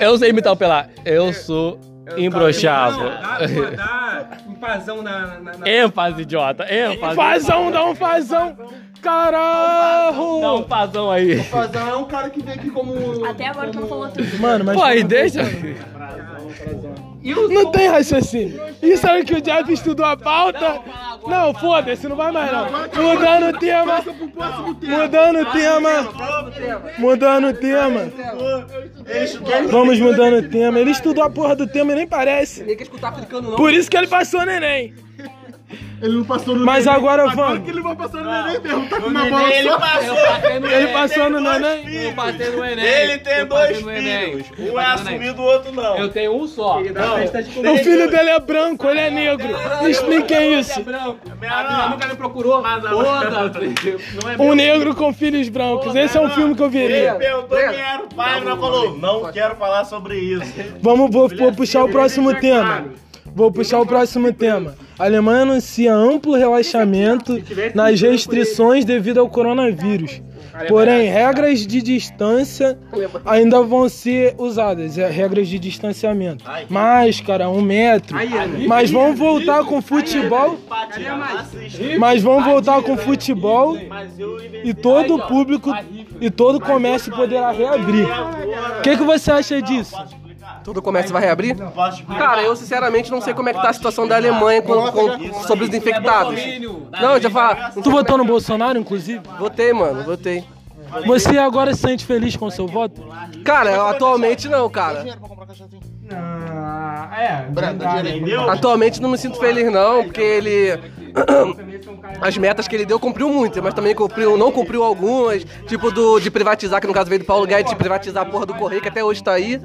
[SPEAKER 5] Eu sei imitar o Pelá. Eu sou um
[SPEAKER 2] Não,
[SPEAKER 5] embroxável.
[SPEAKER 2] dá, pô, dá um pazão na... na, na...
[SPEAKER 5] ênfase, idiota. ênfase.
[SPEAKER 4] Fazão, dá um fazão. Caralho!
[SPEAKER 5] Dá um fazão aí.
[SPEAKER 6] é um cara que vem aqui como.
[SPEAKER 10] Até agora que não falou tudo.
[SPEAKER 4] Mano, mas. é
[SPEAKER 5] Pô, aí deixa.
[SPEAKER 4] Não tem raciocínio. Isso aí que o Jeff estudou a pauta. Não, foda-se, não vai mais não. Mudando o tema. Mudando o tema. Mudando o tema. Vamos mudando o tema. Ele estudou a porra do tema e nem parece.
[SPEAKER 7] Tem que escutar clicando, não.
[SPEAKER 4] Por isso que ele passou no Enem.
[SPEAKER 6] Ele não passou no
[SPEAKER 4] Mas
[SPEAKER 6] neném.
[SPEAKER 4] agora
[SPEAKER 6] Agora
[SPEAKER 4] vamos.
[SPEAKER 6] que ele vai passar no neném mesmo. Tá com
[SPEAKER 3] O
[SPEAKER 6] uma
[SPEAKER 3] neném,
[SPEAKER 6] bola
[SPEAKER 3] ele
[SPEAKER 6] só.
[SPEAKER 3] passou.
[SPEAKER 4] Ele passou no
[SPEAKER 3] tem dois
[SPEAKER 4] neném?
[SPEAKER 3] filhos.
[SPEAKER 5] Eu passei no Enem.
[SPEAKER 3] Ele tem
[SPEAKER 5] eu
[SPEAKER 3] dois
[SPEAKER 5] passei no
[SPEAKER 3] filhos.
[SPEAKER 5] Enem. Eu
[SPEAKER 3] Um é
[SPEAKER 5] passei no Enem.
[SPEAKER 3] assumido, o outro não.
[SPEAKER 5] Eu tenho um só.
[SPEAKER 3] Não.
[SPEAKER 4] O filho dele é branco, ele é negro. Me expliquem isso.
[SPEAKER 3] Minha
[SPEAKER 5] Ela
[SPEAKER 3] não.
[SPEAKER 5] nunca me procurou.
[SPEAKER 3] Mas a-
[SPEAKER 5] Foda-se. Não é
[SPEAKER 4] Um negro com filhos brancos. Esse é um filme que eu
[SPEAKER 3] Ele
[SPEAKER 4] veria.
[SPEAKER 3] perguntou quem era o pai, não falou. Não quero falar sobre isso.
[SPEAKER 4] Vamos, vou, vou puxar o próximo tema. Vou puxar o próximo tema. A Alemanha anuncia amplo relaxamento nas restrições devido ao coronavírus. Porém, regras de distância ainda vão ser usadas, é, regras de distanciamento. Máscara, um metro. Mas vão voltar com futebol. Mas vão voltar com futebol e todo o público e todo o comércio poderá reabrir. O que, que você acha disso?
[SPEAKER 7] Todo o comércio vai reabrir?
[SPEAKER 3] Posso explicar?
[SPEAKER 7] Cara, eu sinceramente não sei como é que tá a situação da Alemanha com, com- sobre os infectados. Não, eu já falo.
[SPEAKER 4] Tu votou no Bolsonaro, inclusive?
[SPEAKER 7] Votei, mano, votei.
[SPEAKER 4] Você agora se sente feliz com o seu voto?
[SPEAKER 7] Cara, eu atualmente não, cara.
[SPEAKER 2] Ah, é.
[SPEAKER 6] Brando, direito.
[SPEAKER 3] Entendeu?
[SPEAKER 7] Atualmente não me sinto feliz não, porque ele as metas que ele deu cumpriu muitas, mas também cumpriu, não cumpriu algumas, tipo do de privatizar, que no caso veio do Paulo Guedes, de privatizar a porra do Correio, que até hoje tá aí.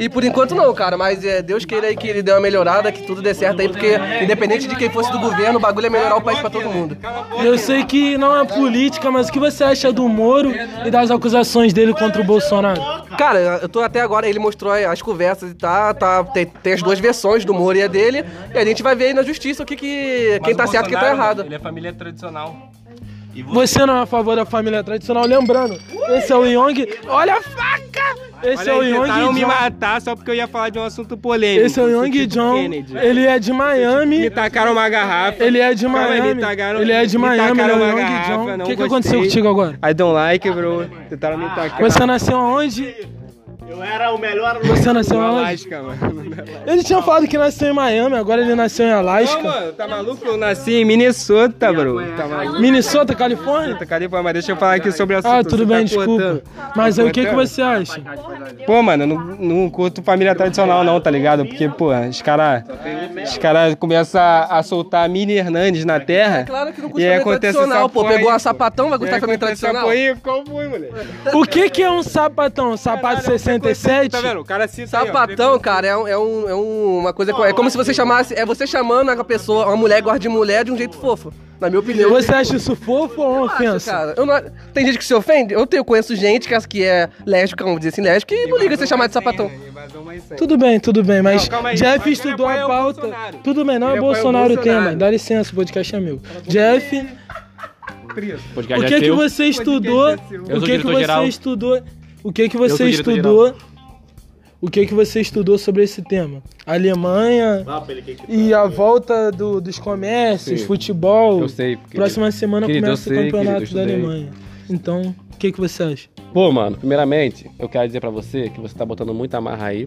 [SPEAKER 7] E por enquanto não, cara, mas é, Deus queira aí que ele dê uma melhorada, que tudo dê certo aí, porque independente de quem fosse do governo, o bagulho é melhorar o país pra todo mundo.
[SPEAKER 4] Eu sei que não é política, mas o que você acha do Moro e das acusações dele contra o Bolsonaro?
[SPEAKER 7] Cara, eu tô até agora, ele mostrou as conversas e tá, tá tem, tem as duas versões do Moro e a dele, e a gente vai ver aí na justiça o que que, quem tá certo e quem tá errado.
[SPEAKER 9] Ele é família tradicional.
[SPEAKER 4] Você não é a favor da família tradicional? Lembrando, esse é o Young. Olha a faca! Esse
[SPEAKER 9] Olha
[SPEAKER 4] é o
[SPEAKER 9] aí, tá um tentaram
[SPEAKER 4] Young
[SPEAKER 9] me
[SPEAKER 4] John.
[SPEAKER 9] matar só porque eu ia falar de um assunto polêmico.
[SPEAKER 4] Esse é o Young
[SPEAKER 9] Tipo
[SPEAKER 4] John.
[SPEAKER 9] Kennedy.
[SPEAKER 4] Ele é de
[SPEAKER 9] Me
[SPEAKER 4] Miami.
[SPEAKER 9] tacaram uma garrafa.
[SPEAKER 4] Ele é de
[SPEAKER 9] Calma aí, tá
[SPEAKER 4] Miami.
[SPEAKER 9] me tacaram-
[SPEAKER 4] Ele é de
[SPEAKER 9] me
[SPEAKER 4] Miami, ele é
[SPEAKER 9] tacaram
[SPEAKER 4] o
[SPEAKER 9] uma
[SPEAKER 4] Young
[SPEAKER 9] garrafa,
[SPEAKER 4] John.
[SPEAKER 9] não
[SPEAKER 4] O que, que
[SPEAKER 9] gostei.
[SPEAKER 4] aconteceu contigo agora?
[SPEAKER 9] I don't like, bro. Tentaram me tacar.
[SPEAKER 4] Você nasceu onde?
[SPEAKER 3] Eu era o melhor aluno.
[SPEAKER 4] Você nasceu
[SPEAKER 9] Não é
[SPEAKER 4] onde?
[SPEAKER 9] lógica, mano.
[SPEAKER 4] Ele tinha falado que nasceu em Miami, agora ele nasceu em
[SPEAKER 9] Não,
[SPEAKER 4] Alasca.
[SPEAKER 9] mano, tá maluco? Eu nasci em Minnesota, bro.
[SPEAKER 4] é
[SPEAKER 9] Tá maluco?
[SPEAKER 4] Minnesota, Califórnia?
[SPEAKER 9] Cadê, pô? Mas deixa eu falar aqui sobre o assunto.
[SPEAKER 4] Ah, tudo
[SPEAKER 9] você
[SPEAKER 4] bem,
[SPEAKER 9] tá
[SPEAKER 4] desculpa.
[SPEAKER 9] cortando.
[SPEAKER 4] Mas
[SPEAKER 9] Tá
[SPEAKER 4] aí, o que, que
[SPEAKER 9] cortando?
[SPEAKER 4] você acha?
[SPEAKER 9] Pô, mano, eu não, não curto família tradicional não, tá ligado? Porque, pô, os caras os cara começam a, a soltar Mini Hernandes na terra.
[SPEAKER 7] É Claro que não
[SPEAKER 9] E
[SPEAKER 7] curte
[SPEAKER 9] aí
[SPEAKER 7] família
[SPEAKER 9] acontece
[SPEAKER 7] tradicional,
[SPEAKER 9] essa
[SPEAKER 7] pô.
[SPEAKER 9] porra
[SPEAKER 7] Pegou
[SPEAKER 9] aí,
[SPEAKER 7] a sapatão, vai
[SPEAKER 9] E
[SPEAKER 7] gostar
[SPEAKER 9] aí
[SPEAKER 7] de família
[SPEAKER 9] acontece essa
[SPEAKER 7] tradicional.
[SPEAKER 9] porra aí, qual foi, moleque?
[SPEAKER 4] O que, que é um sapatão? Sapato
[SPEAKER 9] Caralho, você
[SPEAKER 4] 67?
[SPEAKER 9] Tá vendo? O cara cita aí, ó.
[SPEAKER 7] Sapatão, cara, é, um- é um- é um- uma coisa. co- É como se você chamasse. É você chamando a pessoa, uma mulher gorda de mulher, de um jeito fofo. Na minha opinião.
[SPEAKER 4] Você acha isso fofo ou uma
[SPEAKER 7] Eu acho,
[SPEAKER 4] ofensa?
[SPEAKER 7] cara. Eu não- tem gente que se ofende? Eu, tenho, conheço gente que, as- que é lésbica, vamos dizer assim, lésbica, e não liga você chamar de sapatão.
[SPEAKER 4] Tudo bem, tudo bem, mas
[SPEAKER 9] Não, calma aí. Mas
[SPEAKER 4] Jeff
[SPEAKER 9] ele
[SPEAKER 4] estudou
[SPEAKER 9] apoia
[SPEAKER 4] a
[SPEAKER 9] o
[SPEAKER 4] pauta.
[SPEAKER 9] Bolsonaro.
[SPEAKER 4] Tudo bem, não é
[SPEAKER 9] Ele apoia o
[SPEAKER 4] Bolsonaro o
[SPEAKER 9] Bolsonaro.
[SPEAKER 4] tema. Dá licença, o podcast é meu. Jeff, o que
[SPEAKER 5] um
[SPEAKER 4] que você estudou? O
[SPEAKER 5] sou
[SPEAKER 4] que que
[SPEAKER 5] diretor-geral.
[SPEAKER 4] você estudou? O que que você
[SPEAKER 5] sou
[SPEAKER 4] estudou? O que que você estudou sobre esse tema? Alemanha e
[SPEAKER 5] tá
[SPEAKER 4] a volta do- dos comércios,
[SPEAKER 5] Sim.
[SPEAKER 4] futebol.
[SPEAKER 5] Eu sei, querido.
[SPEAKER 4] Próxima semana
[SPEAKER 5] Querido, eu
[SPEAKER 4] começa o
[SPEAKER 5] sei,
[SPEAKER 4] campeonato
[SPEAKER 5] querido,
[SPEAKER 4] da
[SPEAKER 5] eu estudei.
[SPEAKER 4] Alemanha. Então, o que que você acha?
[SPEAKER 5] Pô, mano, primeiramente, eu quero dizer pra você que você tá botando muita amarra aí.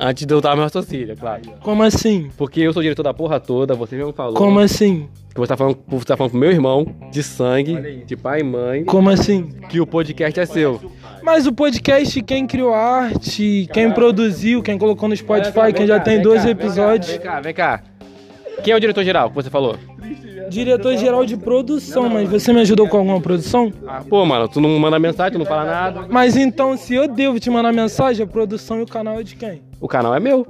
[SPEAKER 5] Antes de eu dar meu raciocínio, é claro.
[SPEAKER 4] Como assim?
[SPEAKER 5] Porque eu sou diretor da porra toda, você mesmo falou.
[SPEAKER 4] Como assim?
[SPEAKER 5] Que você tá falando, você tá falando pro meu irmão, de sangue, de pai e mãe,
[SPEAKER 4] Como assim?
[SPEAKER 5] que o podcast é seu.
[SPEAKER 4] Mas o podcast, quem criou a arte, quem produziu, quem colocou no Spotify, quem já tem dois episódios.
[SPEAKER 5] Vem cá, vem cá. Quem é o diretor geral que você falou?
[SPEAKER 4] Diretor-geral de produção, mas você me ajudou com alguma produção?
[SPEAKER 5] Pô, mano, tu não manda mensagem, tu não fala nada.
[SPEAKER 4] Mas então, se eu devo te mandar mensagem, a produção e o canal é de quem?
[SPEAKER 5] O canal é meu.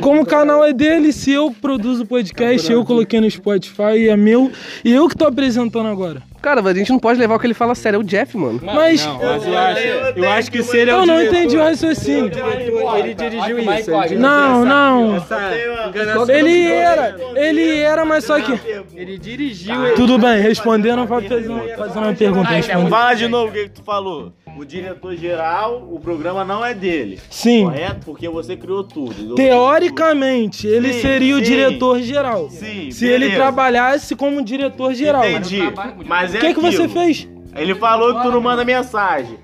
[SPEAKER 4] Como o canal é dele, se eu produzo o podcast, eu coloquei no Spotify, é meu, e eu que tô apresentando agora.
[SPEAKER 7] Cara, mas a gente não pode levar o que ele fala a sério, é o Jeff, mano.
[SPEAKER 4] Mas
[SPEAKER 9] Mas eu acho, eu acho que se ele é o
[SPEAKER 4] eu não
[SPEAKER 9] diretor- É
[SPEAKER 4] entendi o raciocínio.
[SPEAKER 9] Ele dirigiu isso. ele dirigiu
[SPEAKER 4] Não, não.
[SPEAKER 9] essa-
[SPEAKER 4] Ele era, ele era, mas só que.
[SPEAKER 9] Ele dirigiu. ele-
[SPEAKER 4] Tudo bem, respondendo, vai fazer uma, fazer uma pergunta. respondendo.
[SPEAKER 3] Fala de novo o que, que tu falou. O diretor-geral, o programa não é dele.
[SPEAKER 4] Sim.
[SPEAKER 3] Correto? Porque você criou tudo.
[SPEAKER 4] Teoricamente, ele
[SPEAKER 3] Sim,
[SPEAKER 4] seria o
[SPEAKER 3] sim.
[SPEAKER 4] diretor-geral.
[SPEAKER 3] Sim,
[SPEAKER 4] Se ele
[SPEAKER 3] beleza.
[SPEAKER 4] trabalhasse como diretor-geral.
[SPEAKER 3] Entendi. Mas é
[SPEAKER 4] O que, que você
[SPEAKER 3] aquilo.
[SPEAKER 4] fez?
[SPEAKER 3] Ele falou que tu não manda mensagem.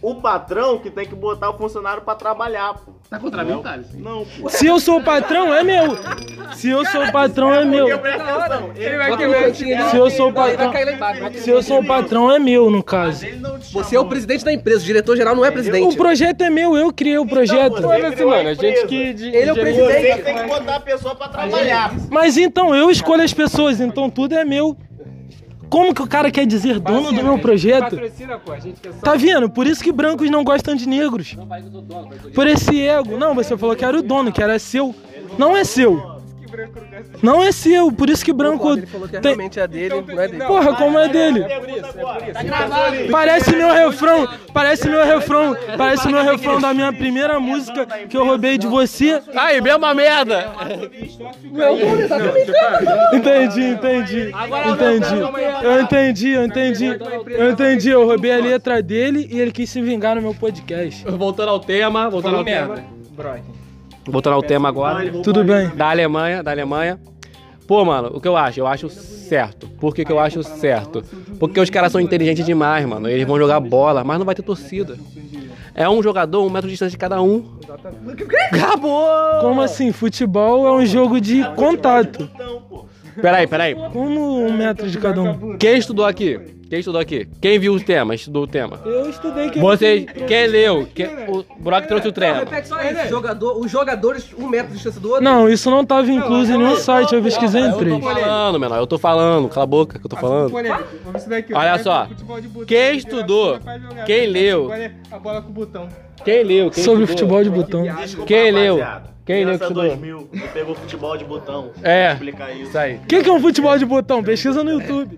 [SPEAKER 3] O patrão que tem que botar o funcionário pra trabalhar, pô.
[SPEAKER 2] Tá contra mim, Thales?
[SPEAKER 3] Não, pô.
[SPEAKER 4] Se eu sou o patrão, é meu. Se eu sou o patrão, é meu.
[SPEAKER 2] Ele vai
[SPEAKER 7] Bota no
[SPEAKER 2] quebrar.
[SPEAKER 7] cantinho ali.
[SPEAKER 4] Se eu sou o
[SPEAKER 7] Não, ele vai
[SPEAKER 4] patrão-
[SPEAKER 7] cair lá embaixo.
[SPEAKER 4] Se eu sou o patrão, é meu, no caso.
[SPEAKER 7] Você é o presidente da empresa, o diretor-geral não é
[SPEAKER 4] O
[SPEAKER 7] presidente.
[SPEAKER 4] projeto é meu, eu criei o projeto.
[SPEAKER 3] Foda-se, mano. A gente que.
[SPEAKER 7] Ele é o
[SPEAKER 3] Você
[SPEAKER 7] presidente.
[SPEAKER 3] tem que botar a pessoa pra trabalhar.
[SPEAKER 4] Mas então, eu escolho as pessoas, então tudo é meu. Como que o cara quer dizer dono do meu projeto?
[SPEAKER 2] Patrocina, pô. A gente
[SPEAKER 9] é
[SPEAKER 2] quer só.
[SPEAKER 4] Tá vendo? Por isso que brancos não gostam de negros. Por esse ego. Não, você falou que era o dono, que era seu. Não é seu. Não é seu, por isso que branco.
[SPEAKER 7] Ele falou que
[SPEAKER 4] Tem...
[SPEAKER 7] realmente é dele, não é dele.
[SPEAKER 4] Porra, como é dele?
[SPEAKER 3] Tá
[SPEAKER 4] Parece meu refrão, parece meu refrão, parece meu refrão da minha primeira música que eu roubei de você.
[SPEAKER 5] Aí, mesma merda.
[SPEAKER 4] Entendi, entendi. Entendi. Eu entendi, eu entendi. Eu entendi, eu roubei a letra dele e ele quis se vingar no meu podcast.
[SPEAKER 5] Voltando ao tema, voltando ao tema. Voltando ao tema agora.
[SPEAKER 4] Tudo bem.
[SPEAKER 5] Da Alemanha, da Alemanha. Pô, mano, o que eu acho? Eu acho certo. Por que, que eu acho certo? Porque os caras são inteligentes demais, mano. Eles vão jogar bola, mas não vai ter torcida. É um jogador, um metro de distância de cada um. Acabou!
[SPEAKER 4] Como assim? Futebol é um jogo de contato.
[SPEAKER 5] Peraí, peraí.
[SPEAKER 4] Como um metro de cada um?
[SPEAKER 5] Quem estudou aqui? Quem estudou aqui? Quem viu o tema? Estudou o tema?
[SPEAKER 4] Eu estudei que
[SPEAKER 5] Vocês, quem leu? Quem, o Brock trouxe o treino.
[SPEAKER 7] Repete só isso. Jogador, os jogadores, um metro de distância do outro.
[SPEAKER 4] Não, isso não tava incluso em nenhum site, eu pesquisei em
[SPEAKER 5] Eu tô
[SPEAKER 4] três.
[SPEAKER 5] falando, menor. Eu tô falando. Cala a boca que eu tô falando.
[SPEAKER 2] Polêmico. Vamos isso daqui. ó.
[SPEAKER 5] Olha só.
[SPEAKER 2] Futebol de botão,
[SPEAKER 5] Quem
[SPEAKER 2] geração,
[SPEAKER 5] estudou,
[SPEAKER 2] vai jogar.
[SPEAKER 5] quem leu,
[SPEAKER 2] Agora é A bola com o botão.
[SPEAKER 5] quem leu, quem
[SPEAKER 4] Sobre
[SPEAKER 5] estudou,
[SPEAKER 4] futebol de botão.
[SPEAKER 3] Desculpa,
[SPEAKER 5] Quem leu?
[SPEAKER 3] rapaziada.
[SPEAKER 5] Quem leu que
[SPEAKER 3] Criança
[SPEAKER 5] estudou?
[SPEAKER 3] 2000, que pegou futebol de botão.
[SPEAKER 5] É.
[SPEAKER 3] Vou explicar isso.
[SPEAKER 5] Isso aí.
[SPEAKER 4] O que, que é um futebol de botão? Pesquisa no YouTube.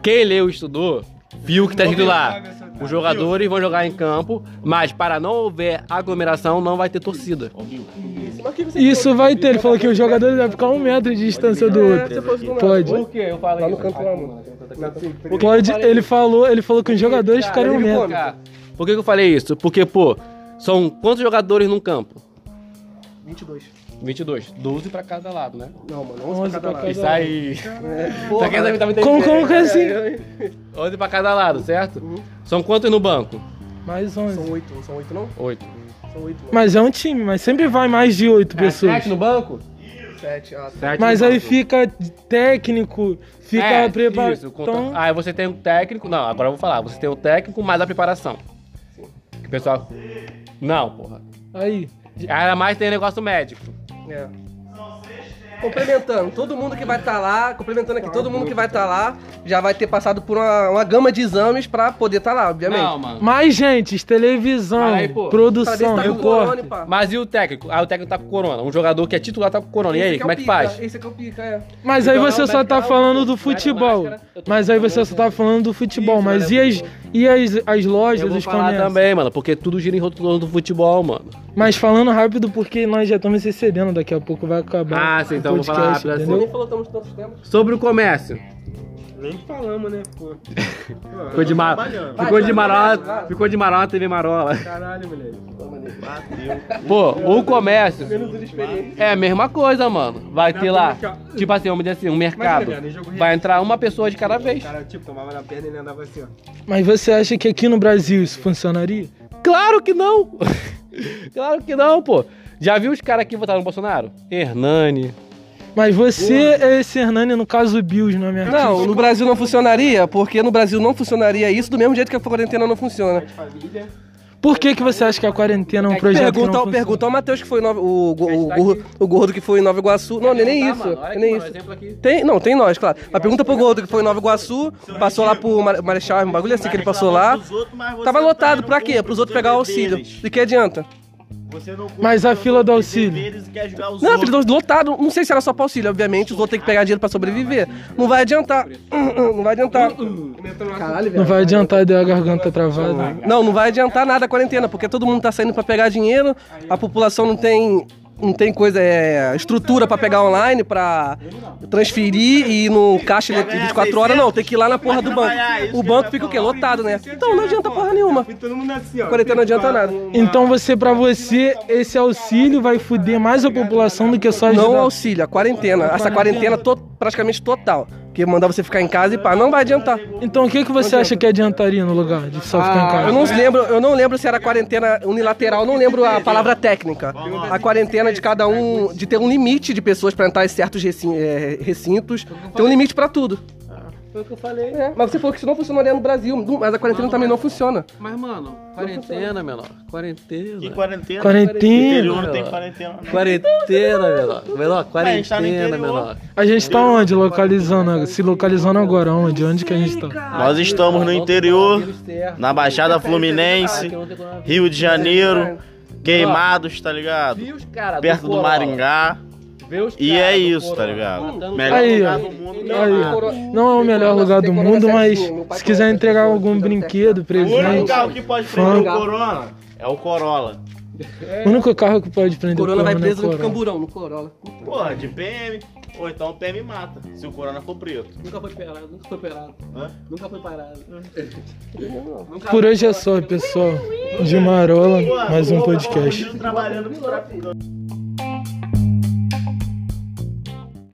[SPEAKER 5] Quem leu, estudou, viu que tá escrito lá. Os jogadores vão jogar em campo, mas para não houver aglomeração, não vai ter torcida.
[SPEAKER 4] Isso vai ter. Ele falou que os jogadores devem ficar um metro de distância do
[SPEAKER 5] É,
[SPEAKER 4] outro. Pode.
[SPEAKER 5] que eu falo Lá Tá no canto lá,
[SPEAKER 4] Pode. Ele falou, ele falou que os jogadores ficariam um metro.
[SPEAKER 5] Por que que eu falei isso? Porque, pô, são quantos jogadores num campo?
[SPEAKER 7] 22.
[SPEAKER 5] 22. 12 pra cada lado, né?
[SPEAKER 7] Não, mano, 11
[SPEAKER 4] Onze
[SPEAKER 7] pra
[SPEAKER 4] pra um.
[SPEAKER 7] cada lado.
[SPEAKER 5] Isso aí. Só que essa
[SPEAKER 7] Porra,
[SPEAKER 5] aqui tá me
[SPEAKER 4] Como, como que é assim? Uhum.
[SPEAKER 5] 11 pra cada lado, certo? São quantos no banco?
[SPEAKER 4] Mais
[SPEAKER 7] São
[SPEAKER 4] 11.
[SPEAKER 7] 8, são 8 não?
[SPEAKER 5] 8.
[SPEAKER 7] São 8, mano.
[SPEAKER 4] Mas é um time, mas sempre vai mais de
[SPEAKER 5] É,
[SPEAKER 4] oito pessoas.
[SPEAKER 5] no banco?
[SPEAKER 7] 7, ah, tá.
[SPEAKER 5] Sete
[SPEAKER 4] Mas
[SPEAKER 5] no
[SPEAKER 4] aí
[SPEAKER 5] banco.
[SPEAKER 4] fica técnico, fica Então,
[SPEAKER 5] É,
[SPEAKER 4] preparado.
[SPEAKER 5] isso, conta- Aí você tem um técnico. Não, agora eu vou falar. Você tem um técnico mais a preparação. Que o pessoal. Não, porra.
[SPEAKER 4] Aí.
[SPEAKER 5] Ainda mais tem negócio médico.
[SPEAKER 7] É. Complementando, todo mundo que vai estar lá, complementando aqui, todo mundo que vai estar lá já vai ter passado por uma, uma gama de exames pra poder estar lá, obviamente.
[SPEAKER 5] Não, mano.
[SPEAKER 4] Mais gente, televisão,
[SPEAKER 5] Aí, pô,
[SPEAKER 7] Pra ver
[SPEAKER 4] produção,
[SPEAKER 7] se tá com corona,
[SPEAKER 4] recorte.
[SPEAKER 7] e pá.
[SPEAKER 5] Mas e o técnico? Ah, o técnico tá com corona. Um jogador que é titular tá com corona. E
[SPEAKER 7] Esse
[SPEAKER 5] aí,
[SPEAKER 7] é
[SPEAKER 5] como
[SPEAKER 7] o
[SPEAKER 5] é que
[SPEAKER 7] pica,
[SPEAKER 5] faz?
[SPEAKER 7] Esse que é o pica, é.
[SPEAKER 4] Mas aí
[SPEAKER 5] Então,
[SPEAKER 4] você
[SPEAKER 5] não,
[SPEAKER 4] só
[SPEAKER 5] mas
[SPEAKER 4] tá
[SPEAKER 5] calma,
[SPEAKER 4] falando
[SPEAKER 5] pô,
[SPEAKER 4] do
[SPEAKER 5] vai na
[SPEAKER 4] futebol.
[SPEAKER 5] máscara, eu tô
[SPEAKER 4] Mas aí você só tá falando do futebol. Mas e as, e as, as
[SPEAKER 5] né, Eu
[SPEAKER 4] lojas,
[SPEAKER 5] vou
[SPEAKER 4] os
[SPEAKER 5] falar
[SPEAKER 4] comércios?
[SPEAKER 5] também, mano, porque tudo gira em torno do futebol, mano.
[SPEAKER 4] Mas falando rápido, porque nós já estamos excedendo, daqui a pouco vai acabar.
[SPEAKER 5] Ah, sim,
[SPEAKER 4] o
[SPEAKER 5] então eu vou falar
[SPEAKER 4] podcast,
[SPEAKER 5] rápido assim.
[SPEAKER 4] entendeu?
[SPEAKER 7] Nem falou tantos tantos temas.
[SPEAKER 5] Sobre o comércio.
[SPEAKER 2] Nem falamos, né? Pô.
[SPEAKER 5] Ficou de, mar... ficou
[SPEAKER 7] Vai, vai,
[SPEAKER 5] de marola.
[SPEAKER 7] vai.
[SPEAKER 5] Ficou de marola, TV Marola.
[SPEAKER 2] Caralho, moleque.
[SPEAKER 5] Pô, o comércio é a mesma coisa, mano. Vai ter lá, tipo assim, vamos dizer assim, um mercado.
[SPEAKER 2] Imagina, né, jogo real.
[SPEAKER 5] Vai entrar uma pessoa de cada
[SPEAKER 2] O
[SPEAKER 5] vez.
[SPEAKER 2] cara, tipo, tomava na perna e ele andava assim, ó.
[SPEAKER 4] Mas você acha que aqui no Brasil isso funcionaria?
[SPEAKER 5] Claro que não! claro que não, pô. Já viu os caras que votaram no Bolsonaro? Hernani.
[SPEAKER 4] Mas você é esse Hernani, no caso o Bills, não é minha
[SPEAKER 7] Não, no Brasil não funcionaria, porque no Brasil não funcionaria isso do mesmo jeito que a quarentena não funciona.
[SPEAKER 4] Por que, que você acha que a quarentena é um projeto que
[SPEAKER 7] pergunta,
[SPEAKER 4] não
[SPEAKER 7] ao,
[SPEAKER 4] funciona?
[SPEAKER 7] pergunta ao Matheus que foi em Nova, o, o, o, gordo- o gordo que foi em Nova Iguaçu. Não, nem,
[SPEAKER 3] Tá,
[SPEAKER 7] nem isso. nem é isso. Tem, não, tem nós, claro. Mas pergunta pro gordo que foi em Nova Iguaçu, passou lá pro Mare- Marechal, um bagulho assim que ele passou lá.
[SPEAKER 3] Dos outros, mas você
[SPEAKER 7] Tava
[SPEAKER 3] também
[SPEAKER 7] lotado
[SPEAKER 3] não
[SPEAKER 7] pra quê?
[SPEAKER 3] cumpre
[SPEAKER 7] Pros
[SPEAKER 3] os
[SPEAKER 7] outros
[SPEAKER 3] seus
[SPEAKER 7] pegar o auxílio.
[SPEAKER 3] deveres.
[SPEAKER 7] De que adianta?
[SPEAKER 3] Você não cumpre
[SPEAKER 4] Mas a
[SPEAKER 3] os seus
[SPEAKER 4] fila do
[SPEAKER 3] deveres
[SPEAKER 4] auxílio?
[SPEAKER 3] e quer ajudar os
[SPEAKER 7] Não,
[SPEAKER 3] outros.
[SPEAKER 7] eles estão lotados. Não sei se era só pra auxílio, obviamente. Os outros têm que pegar dinheiro pra sobreviver. Não vai adiantar. Hum, Não vai adiantar.
[SPEAKER 3] Hum,
[SPEAKER 7] Caralho,
[SPEAKER 4] Não vai adiantar, deu a garganta travada.
[SPEAKER 7] Não, não vai adiantar nada a quarentena, porque todo mundo tá saindo pra pegar dinheiro, a população não tem não tem coisa é, estrutura pra pegar online pra transferir e ir no caixa ele- 24 horas não, tem que ir lá na porra do banco. O banco fica o quê? Lotado, né? Então não adianta porra nenhuma.
[SPEAKER 2] E todo mundo assim, ó.
[SPEAKER 7] Quarentena não adianta nada.
[SPEAKER 4] Então você, pra você, esse auxílio vai fuder mais a população do que só ajudar.
[SPEAKER 7] Não o auxílio, a quarentena. Essa quarentena to- praticamente total. Porque mandar você ficar em casa e pá, não vai adiantar.
[SPEAKER 4] Então o que, que você acha que adiantaria no lugar de só ficar em
[SPEAKER 7] Ah,
[SPEAKER 4] casa?
[SPEAKER 7] eu não lembro, eu não lembro se era quarentena unilateral, não lembro a palavra técnica. A quarentena de cada um, de ter um limite de pessoas pra entrar em certos recin- é, recintos, ter um limite pra tudo.
[SPEAKER 12] Foi o que eu falei.
[SPEAKER 7] É, mas você falou que isso não funcionaria no Brasil, mas a quarentena também não funciona.
[SPEAKER 12] Mas, mano, quarentena, menor. Quarentena.
[SPEAKER 3] Que quarentena?
[SPEAKER 4] Né? Quarentena.
[SPEAKER 3] Interior não tem quarentena. né? não.
[SPEAKER 12] Quarentena, menor. Menor,
[SPEAKER 3] a gente tá no
[SPEAKER 12] quarentena,
[SPEAKER 3] interior.
[SPEAKER 12] menor.
[SPEAKER 4] A gente tá onde? Localizando, se localizando agora, onde? Onde que a gente tá?
[SPEAKER 3] Nós estamos no interior, na Baixada Fluminense, Rio de Janeiro, queimados, tá ligado?
[SPEAKER 12] Viu os caras?
[SPEAKER 3] Perto do Maringá. E é isso, tá ligado? Melhor
[SPEAKER 4] Aí,
[SPEAKER 3] lugar
[SPEAKER 4] ó.
[SPEAKER 3] do mundo.
[SPEAKER 4] Aí, ó. não é o melhor lugar do mundo, mas se quiser entregar algum brinquedo,
[SPEAKER 3] O único
[SPEAKER 4] presente,
[SPEAKER 3] carro que pode prender o Corona é o Corolla.
[SPEAKER 4] o único carro que pode prender
[SPEAKER 7] Corona
[SPEAKER 4] o
[SPEAKER 7] vai
[SPEAKER 4] corona é o
[SPEAKER 7] preso no
[SPEAKER 4] Corolla.
[SPEAKER 7] camburão, no Corolla.
[SPEAKER 3] Porra, de PM. Ou então o PM mata, se o Corona for preto.
[SPEAKER 12] Nunca foi parado, nunca foi parado. Nunca foi parado.
[SPEAKER 4] Por hoje é
[SPEAKER 3] tá
[SPEAKER 4] só, pessoal. De Marola, mais um podcast.
[SPEAKER 3] Trabalhando pra-